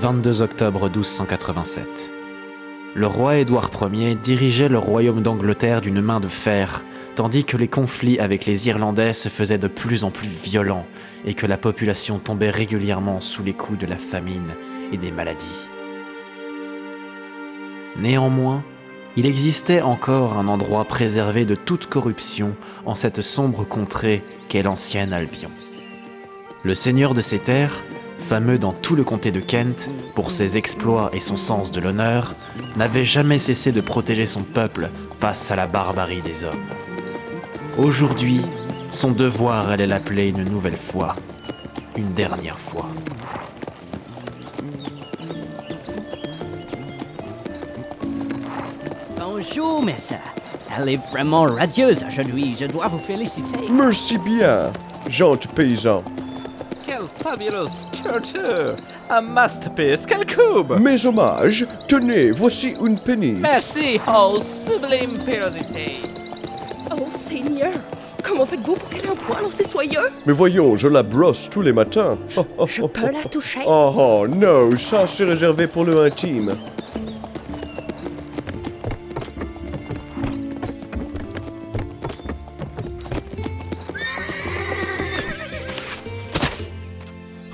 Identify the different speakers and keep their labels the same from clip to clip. Speaker 1: 22 octobre 1287. Le roi Édouard Ier dirigeait le royaume d'Angleterre d'une main de fer, tandis que les conflits avec les Irlandais se faisaient de plus en plus violents et que la population tombait régulièrement sous les coups de la famine et des maladies. Néanmoins, il existait encore un endroit préservé de toute corruption en cette sombre contrée qu'est l'ancienne Albion. Le seigneur de ces terres, fameux dans tout le comté de Kent pour ses exploits et son sens de l'honneur, n'avait jamais cessé de protéger son peuple face à la barbarie des hommes. Aujourd'hui, son devoir allait l'appeler une nouvelle fois, une dernière fois.
Speaker 2: Bonjour, messieurs. Elle est vraiment radieuse aujourd'hui, je dois vous féliciter.
Speaker 3: Merci bien, gentil paysan.
Speaker 4: Quelle fabuleuse sculpture Un masterpiece, quel cube
Speaker 3: Mes hommages, tenez, voici une penny.
Speaker 4: Merci, oh sublime périodité
Speaker 5: Oh Seigneur, comment faites-vous pour qu'elle ait un poil aussi soyeux
Speaker 3: Mais voyons, je la brosse tous les matins. Oh, oh,
Speaker 5: Je
Speaker 3: oh,
Speaker 5: peux la toucher
Speaker 3: Oh, oh, non, ça c'est réservé pour le intime.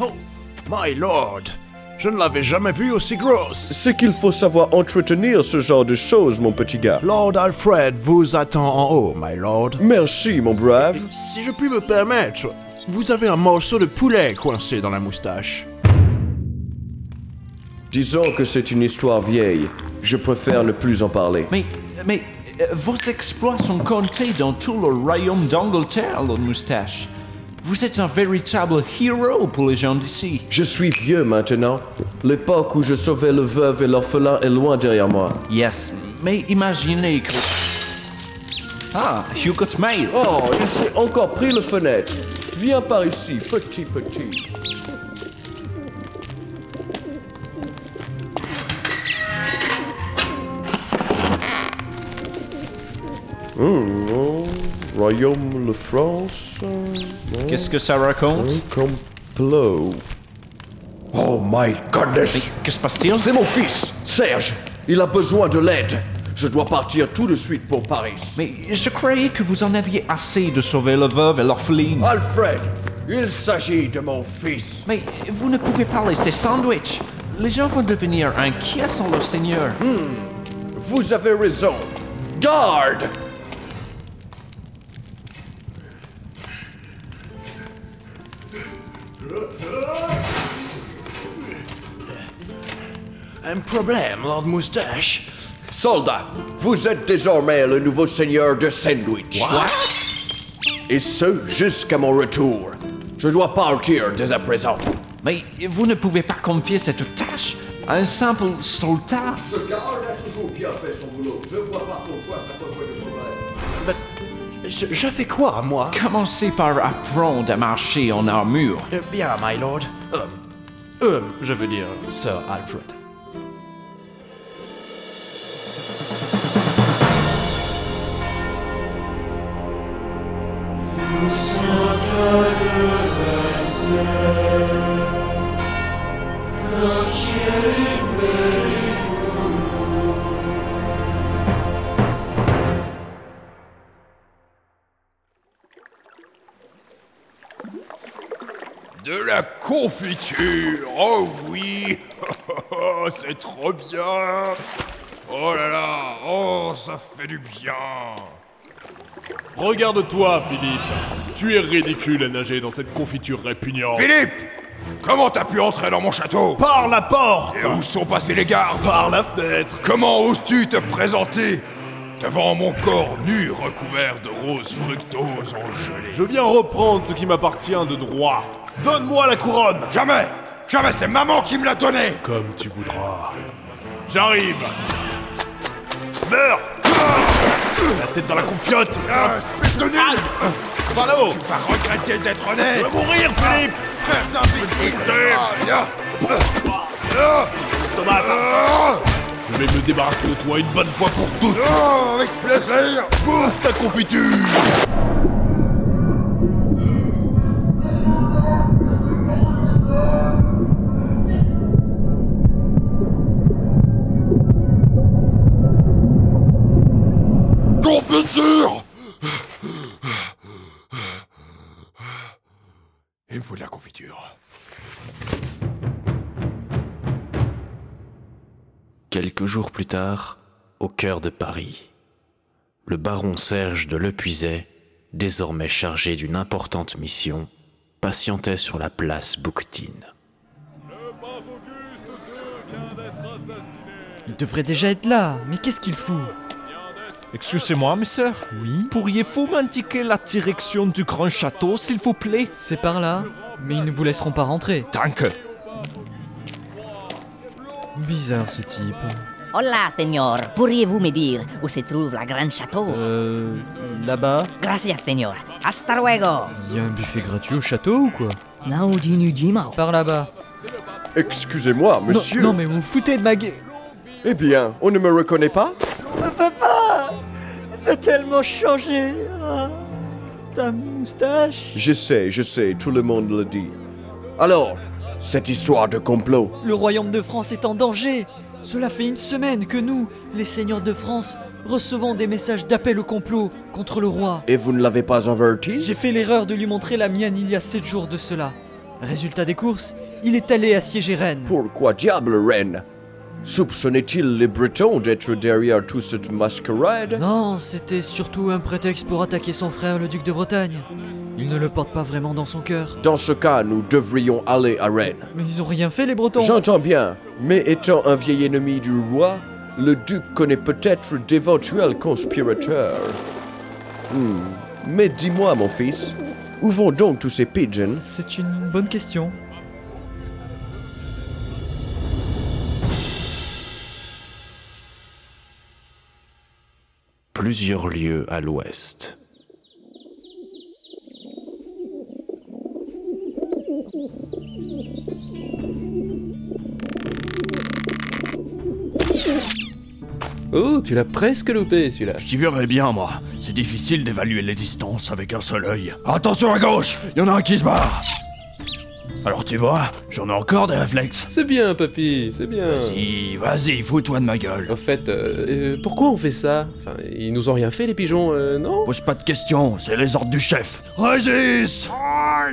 Speaker 6: Oh, my lord! Je ne l'avais jamais vue aussi grosse.
Speaker 3: C'est qu'il faut savoir entretenir ce genre de choses, mon petit gars.
Speaker 6: Lord Alfred vous attend en haut, my lord.
Speaker 3: Merci, mon brave.
Speaker 6: Si je puis me permettre, vous avez un morceau de poulet coincé dans la moustache.
Speaker 3: Disons que c'est une histoire vieille. Je préfère ne plus en parler.
Speaker 7: Mais, mais, euh, vos exploits sont comptés dans tout le royaume d'Angleterre, Lord Moustache. Vous êtes un véritable héros pour les gens d'ici.
Speaker 3: Je suis vieux maintenant. L'époque où je sauvais le veuve et l'orphelin est loin derrière moi.
Speaker 7: Yes, mais imaginez que... Ah, you got mail.
Speaker 3: Oh, il s'est encore pris le fenêtre. Viens par ici, petit petit. Hmm, oh, Royaume de France. euh,
Speaker 7: Qu'est-ce que ça raconte
Speaker 3: Un complot. Oh my goodness!
Speaker 7: Que se passe-t-il
Speaker 3: C'est mon fils, Serge. Il a besoin de l'aide. Je dois partir tout de suite pour Paris.
Speaker 7: Mais je croyais que vous en aviez assez de sauver le veuve et l'orpheline.
Speaker 3: Alfred, il s'agit de mon fils.
Speaker 7: Mais vous ne pouvez pas laisser sandwich. Les gens vont devenir inquiets sans le seigneur.
Speaker 3: Vous avez raison. Garde!
Speaker 6: Un problème, Lord Moustache.
Speaker 3: Soldats, vous êtes désormais le nouveau seigneur de Sandwich. Et ce, jusqu'à mon retour. Je dois partir dès à présent.
Speaker 7: Mais vous ne pouvez pas confier cette tâche à un simple soldat.
Speaker 3: Ce garde a toujours bien fait son boulot. Je vois pas pourquoi ça peut jouer de problème.
Speaker 6: Je, je fais quoi, moi
Speaker 7: Commencez par apprendre à marcher en armure.
Speaker 6: Eh Bien, my lord. Euh, euh, je veux dire, Sir Alfred.
Speaker 8: De la confiture Oh oui C'est trop bien Oh là là Oh, ça fait du bien
Speaker 9: Regarde-toi, Philippe. Tu es ridicule à nager dans cette confiture répugnante.
Speaker 8: Philippe Comment t'as pu entrer dans mon château
Speaker 9: Par la porte
Speaker 8: Et où sont passés les gardes
Speaker 9: Par la fenêtre
Speaker 8: Comment oses-tu te présenter devant mon corps nu recouvert de roses fructose en gelée
Speaker 9: Je viens reprendre ce qui m'appartient de droit. Donne-moi la couronne
Speaker 8: Jamais Jamais C'est maman qui me l'a donnée
Speaker 9: Comme tu voudras. J'arrive Meurs La tête dans la confiote
Speaker 8: Ah, espèce de nul
Speaker 9: Par là-haut
Speaker 8: Tu vas regretter d'être honnête
Speaker 9: Je vais mourir, Philippe
Speaker 8: Frère d'imbécile Ah, viens. Ah,
Speaker 9: Thomas, ça-
Speaker 8: ah,
Speaker 9: je vais me débarrasser de toi une bonne fois pour toutes
Speaker 8: ah, Avec plaisir
Speaker 9: Bouffe ta confiture
Speaker 6: culture Il me faut de la confiture.
Speaker 1: Quelques jours plus tard, au cœur de Paris, le baron Serge de Lepuiset, désormais chargé d'une importante mission, patientait sur la place Bouquetine.
Speaker 7: Il devrait déjà être là, mais qu'est-ce qu'il fout
Speaker 10: Excusez-moi, mes sœurs.
Speaker 7: Oui
Speaker 10: Pourriez-vous m'indiquer la direction du grand château, s'il vous plaît
Speaker 7: C'est par là, mais ils ne vous laisseront pas rentrer.
Speaker 10: Danke.
Speaker 7: Bizarre ce type.
Speaker 11: Hola, señor. Pourriez-vous me dire où se trouve la grande château
Speaker 7: Euh. Là-bas,
Speaker 11: Gracias, señor. Hasta luego.
Speaker 7: il y a un buffet gratuit au château ou quoi
Speaker 11: Now, Gino Jimo.
Speaker 7: Par là-bas.
Speaker 3: Excusez-moi,
Speaker 7: Non-
Speaker 3: monsieur.
Speaker 7: Non, mais vous vous foutez de ma gueule
Speaker 3: Eh bien, on ne me reconnaît pas
Speaker 7: Oh, Papa C'est tellement changé Ah, Ta moustache
Speaker 3: Je sais, je sais, tout le monde le dit. Alors, cette histoire de complot,
Speaker 7: Le royaume de France est en danger Cela fait une semaine que nous, les seigneurs de France, recevons des messages d'appel au complot contre le roi.
Speaker 3: et vous ne l'avez pas averti
Speaker 7: J'ai fait l'erreur de lui montrer la mienne il y a 7 jours de cela. Résultat des courses, il est allé assiéger Rennes.
Speaker 3: Pourquoi diable, reine Soupçonnait-il les Bretons d'être derrière toute cette mascarade
Speaker 7: Non, c'était surtout un prétexte pour attaquer son frère le duc de Bretagne. Il ne le porte pas vraiment dans son cœur.
Speaker 3: Dans ce cas, nous devrions aller à Rennes.
Speaker 7: Mais ils ont rien fait les Bretons
Speaker 3: J'entends bien, mais étant un vieil ennemi du roi, le duc connaît peut-être d'éventuels conspirateurs. Hmm. Mais dis-moi, mon fils, où vont donc tous ces pigeons
Speaker 7: C'est une bonne question.
Speaker 1: plusieurs lieues à l'ouest.
Speaker 2: Oh, tu l'as presque loupé celui-là.
Speaker 8: J'y verrais bien, moi. C'est difficile d'évaluer les distances avec un seul œil. Attention à gauche Il y en a un qui se barre Alors tu vois, j'en ai encore des réflexes.
Speaker 2: C'est bien, papy, c'est bien.
Speaker 8: Vas-y, vas-y, fous-toi de ma gueule.
Speaker 2: Au fait, euh, euh, pourquoi on fait ça Enfin, ils nous ont rien fait, les pigeons, euh, non
Speaker 8: Pose pas de questions, c'est les ordres du chef. Régis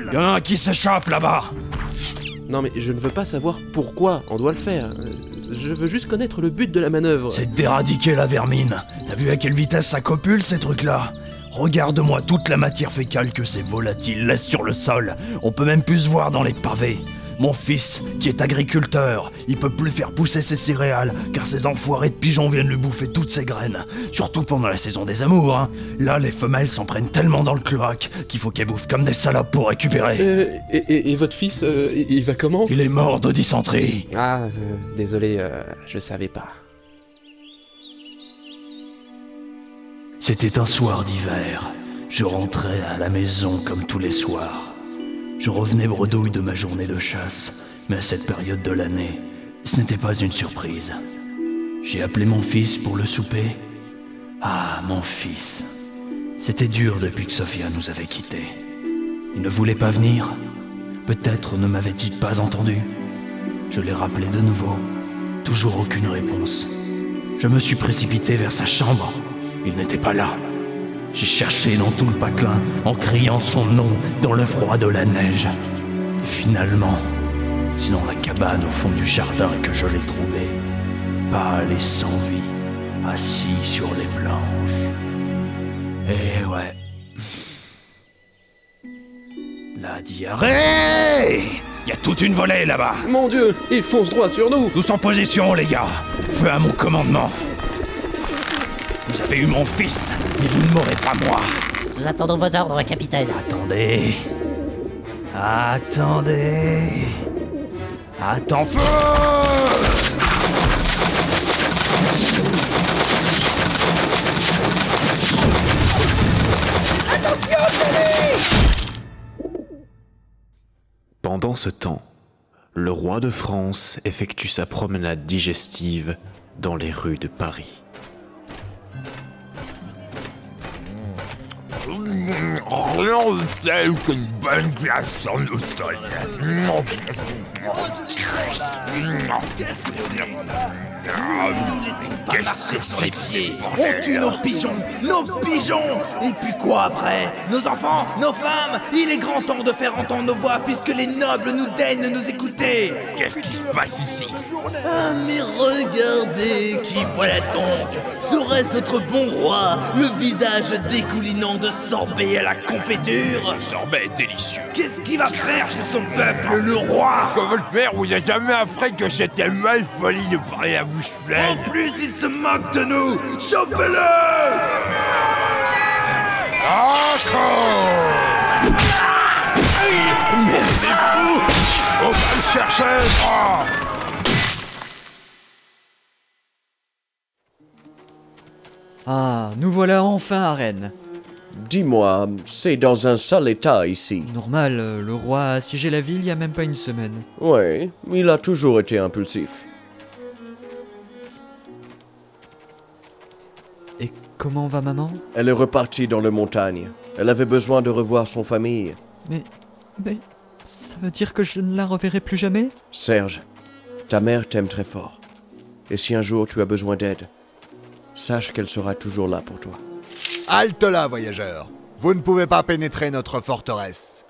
Speaker 8: Il y en a un qui s'échappe là-bas
Speaker 2: Non, mais je ne veux pas savoir pourquoi on doit le faire. Euh, Je veux juste connaître le but de la manœuvre.
Speaker 8: C'est d'éradiquer la vermine. T'as vu à quelle vitesse ça copule ces trucs-là Regarde-moi toute la matière fécale que ces volatiles laissent sur le sol. On peut même plus se voir dans les pavés. Mon fils, qui est agriculteur, il peut plus faire pousser ses céréales, car ces enfoirés de pigeons viennent lui bouffer toutes ses graines. Surtout pendant la saison des amours, hein. Là, les femelles s'en prennent tellement dans le cloaque qu'il faut qu'elles bouffent comme des salopes pour récupérer.
Speaker 2: Euh, et, et- et votre fils, euh, il il va comment
Speaker 8: Il est mort de dysenterie.
Speaker 2: Ah, euh, désolé, euh, je savais pas.
Speaker 8: C'était un soir d'hiver. Je rentrais à la maison comme tous les soirs. Je revenais bredouille de ma journée de chasse, mais à cette période de l'année, ce n'était pas une surprise. J'ai appelé mon fils pour le souper. Ah, mon fils. C'était dur depuis que Sofia nous avait quittés. Il ne voulait pas venir. Peut-être ne m'avait-il pas entendu. Je l'ai rappelé de nouveau. Toujours aucune réponse. Je me suis précipité vers sa chambre. Il n'était pas là. J'ai cherché dans tout le patelin en criant son nom dans le froid de la neige. Et finalement, c'est dans la cabane au fond du jardin que je l'ai trouvé, pâle et sans vie, assis sur les planches. Eh ouais. La diarrhée Il y a toute une volée là-bas
Speaker 2: Mon dieu, il fonce droit sur nous
Speaker 8: tous en position, les gars. Feu à mon commandement. Vous avez eu mon fils, mais vous ne m'aurez pas moi.
Speaker 11: Nous attendons vos ordres, capitaine.
Speaker 8: Attendez. Attendez. Attends feu
Speaker 1: Pendant ce temps, le roi de France effectue sa promenade digestive dans les rues de Paris.
Speaker 6: Mmh.
Speaker 12: Rien de tel qu'une bonne glace en automne. Qu'est-ce que c'est que ces
Speaker 8: On
Speaker 12: bordels
Speaker 8: tue Oh, nos pigeons, nos pigeons Et puis quoi après Nos enfants, nos femmes Il est grand temps de faire entendre nos voix puisque les nobles nous daignent nous écouter
Speaker 12: Qu'est-ce qui se passe ici
Speaker 8: Ah mais regardez qui voilà donc Serait-ce notre bon roi, le visage découlinant de sorbet à la confaiture
Speaker 12: Ce sorbet est délicieux.
Speaker 8: Qu'est-ce qu'il va faire pour son peuple, le roi
Speaker 12: Comme le père où il a jamais appris que c'était mal poli de parler à bouche pleine.
Speaker 8: En plus, il se moque de nous Chopez-le
Speaker 12: Encore Mais c'est fou On va le chercher ah
Speaker 2: Ah, nous voilà enfin à Rennes.
Speaker 3: Dis-moi, c'est dans un sale état ici.
Speaker 2: Normal, euh, le roi a assiégé la ville il y a même pas une semaine.
Speaker 3: Ouais, il a toujours été impulsif.
Speaker 2: Et comment va maman
Speaker 3: Elle est repartie dans les montagnes. Elle avait besoin de revoir son famille.
Speaker 2: Mais. Mais. Ça veut dire que je ne la reverrai plus jamais
Speaker 3: Serge, ta mère t'aime très fort. Et si un jour tu as besoin d'aide, sache qu'elle sera toujours là pour toi.
Speaker 6: Halte là, voyageurs Vous ne pouvez pas pénétrer notre forteresse.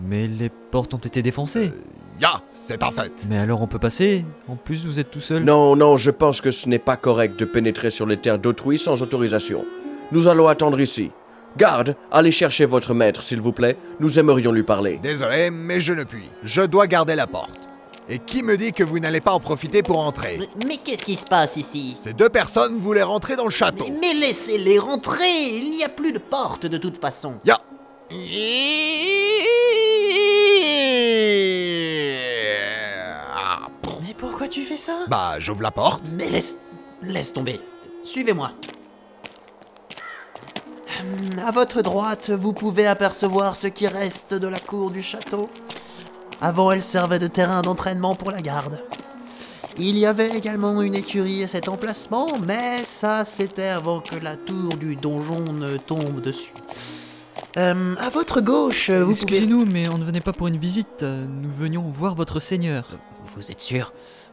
Speaker 2: Mais les portes ont été défoncées.
Speaker 6: Ya, c'est un fait.
Speaker 2: Mais alors on peut passer En plus, vous êtes tout seul.
Speaker 3: Non, non, je pense que ce n'est pas correct de pénétrer sur les terres d'autrui sans autorisation. Nous allons attendre ici. Garde, allez chercher votre maître, s'il vous plaît. Nous aimerions lui parler.
Speaker 6: Désolé, mais je ne puis. Je dois garder la porte. Et qui me dit que vous n'allez pas en profiter pour entrer
Speaker 1: Mais qu'est-ce qui se passe ici
Speaker 6: Ces deux personnes voulaient rentrer dans le château.
Speaker 1: Mais laissez-les rentrer Il n'y a plus de porte de toute façon.
Speaker 6: Ya Ah, pff,
Speaker 1: Mais pourquoi tu fais ça
Speaker 6: Bah, j'ouvre la porte.
Speaker 1: Mais laisse. laisse tomber. Suivez-moi. Hum, À votre droite, vous pouvez apercevoir ce qui reste de la cour du château. Avant, elle servait de terrain d'entraînement pour la garde. Il y avait également une écurie à cet emplacement, mais ça c'était avant que la tour du donjon ne tombe dessus. Euh, à votre gauche, vous pouvez...
Speaker 2: Excusez-nous, mais on ne venait pas pour une visite. euh, Nous venions voir votre seigneur.
Speaker 11: Vous êtes sûr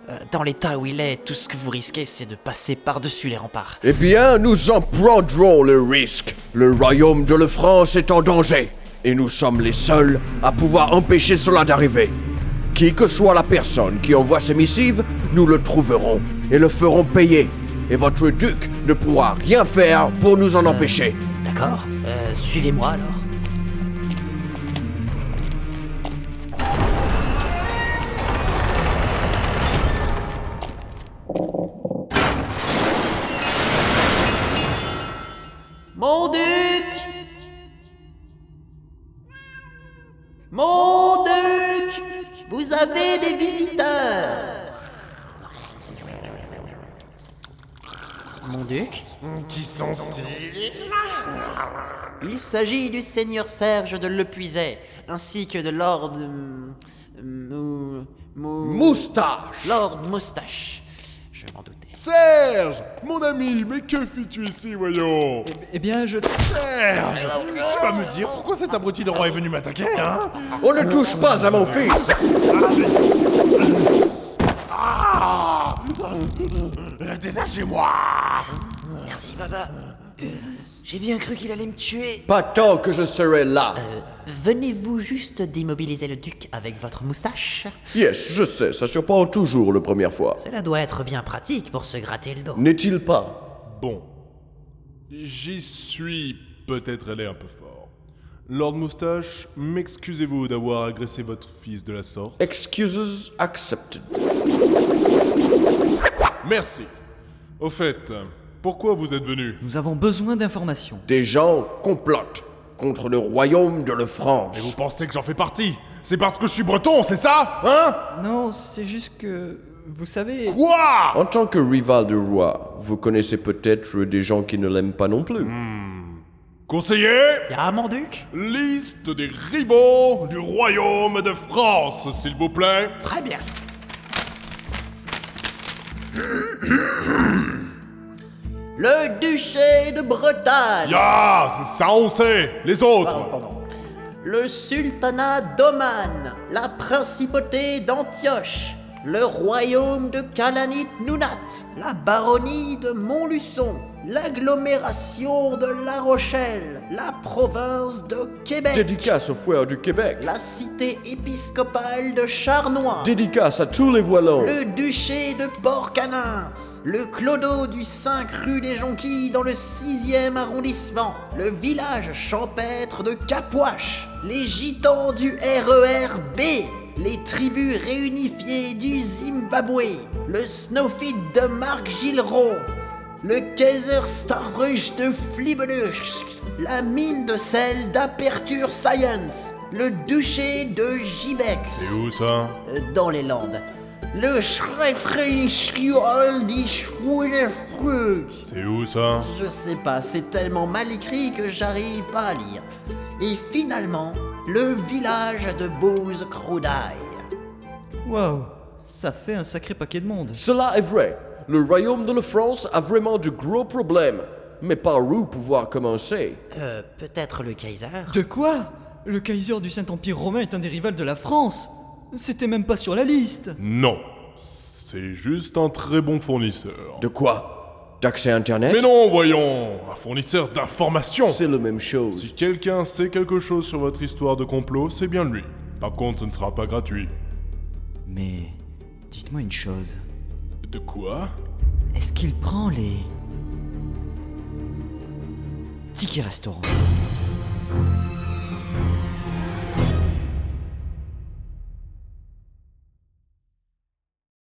Speaker 11: Euh, Dans l'état où il est, tout ce que vous risquez, c'est de passer par-dessus les remparts.
Speaker 3: Eh bien, nous en prendrons le risque. Le royaume de la France est en danger. Et nous sommes les seuls à pouvoir empêcher cela d'arriver. Qui que soit la personne qui envoie ces missives, nous le trouverons et le ferons payer. Et votre duc ne pourra rien faire pour nous en empêcher.
Speaker 11: D'accord Euh, Suivez-moi alors.
Speaker 13: Mon duc Mon duc Vous avez des visiteurs
Speaker 11: Mon duc
Speaker 12: Qui sont-ils
Speaker 11: Il s'agit du seigneur Serge de Lepuiset, ainsi que de Lord. hum, hum, mou- mou-
Speaker 12: Moustache.
Speaker 11: Lord Moustache. Je m'en doute.
Speaker 12: Serge Mon ami, mais que fais-tu ici, voyons
Speaker 2: Eh bien, je.
Speaker 12: Serge Tu vas me dire pourquoi cet abruti de roi est venu m'attaquer, hein
Speaker 3: On ne touche pas à mon fils
Speaker 12: Ah Détachez-moi
Speaker 13: Merci, papa. Euh, J'ai bien cru qu'il allait me tuer.
Speaker 3: Pas tant que je serai là.
Speaker 11: Venez-vous juste d'immobiliser le duc avec votre moustache
Speaker 3: Yes, je sais, ça surprend toujours la première fois.
Speaker 11: Cela doit être bien pratique pour se gratter le dos.
Speaker 3: N'est-il pas
Speaker 14: Bon. J'y suis peut-être allé un peu fort. Lord Moustache, m'excusez-vous d'avoir agressé votre fils de la sorte.
Speaker 3: Excuses accepted.
Speaker 14: Merci. Au fait, pourquoi vous êtes venu
Speaker 2: Nous avons besoin d'informations.
Speaker 3: Des gens complotent contre le royaume de la
Speaker 14: Et
Speaker 3: France.
Speaker 14: vous pensez que j'en fais partie C'est parce que je suis breton, c'est ça Hein
Speaker 2: Non, c'est juste que. Vous savez.
Speaker 14: Quoi
Speaker 3: En tant que rival du roi, vous connaissez peut-être des gens qui ne l'aiment pas non plus.
Speaker 14: Conseiller
Speaker 11: Y'a mon duc
Speaker 14: Liste des rivaux du royaume de France, s'il vous plaît.
Speaker 11: Très bien.
Speaker 2: Le duché de Bretagne.
Speaker 6: Ya, c'est ça on sait. Les autres.
Speaker 2: Le sultanat d'Oman, la principauté d'Antioche, le royaume de Kalanit Nounat, la baronnie de Montluçon, l'agglomération de La Rochelle, la province de Québec,
Speaker 3: Dédicace aux foires du Québec.
Speaker 2: la cité épiscopale de Charnois,
Speaker 3: Dédicace à tous les Wallons.
Speaker 2: le duché de Port-Canins, le clodo du 5 rue des Jonquilles dans le 6e arrondissement, le village champêtre de Capouache, les gitans du RER B, les tribus réunifiées du Zimbabwe, le snowfit de Marc Gilleron, le Kaiser Starrush de Flibelusch, la mine de sel d'Aperture Science, le duché de Gibex.
Speaker 8: C'est où ça
Speaker 2: Euh, dans les Landes. Le Schrefrischriol dit Schwulefrug.
Speaker 8: C'est où ça
Speaker 2: Je sais pas, c'est tellement mal écrit que j'arrive pas à lire. Et finalement, le village de Bose Croudaille.
Speaker 7: Waouh, ça fait un sacré paquet de monde.
Speaker 3: Cela est vrai. Le royaume de la France a vraiment de gros problèmes. Mais par où pouvoir commencer
Speaker 2: Euh, peut-être le Kaiser
Speaker 7: De quoi Le Kaiser du Saint-Empire romain est un des rivales de la France C'était même pas sur la liste
Speaker 8: Non. C'est juste un très bon fournisseur.
Speaker 3: De quoi D'accès à Internet
Speaker 8: Mais non, voyons Un fournisseur d'informations
Speaker 3: C'est la même chose.
Speaker 8: Si quelqu'un sait quelque chose sur votre histoire de complot, c'est bien lui. Par contre, ce ne sera pas gratuit.
Speaker 15: Mais dites-moi une chose.
Speaker 8: De quoi
Speaker 15: Est-ce qu'il prend les. Tickets restaurants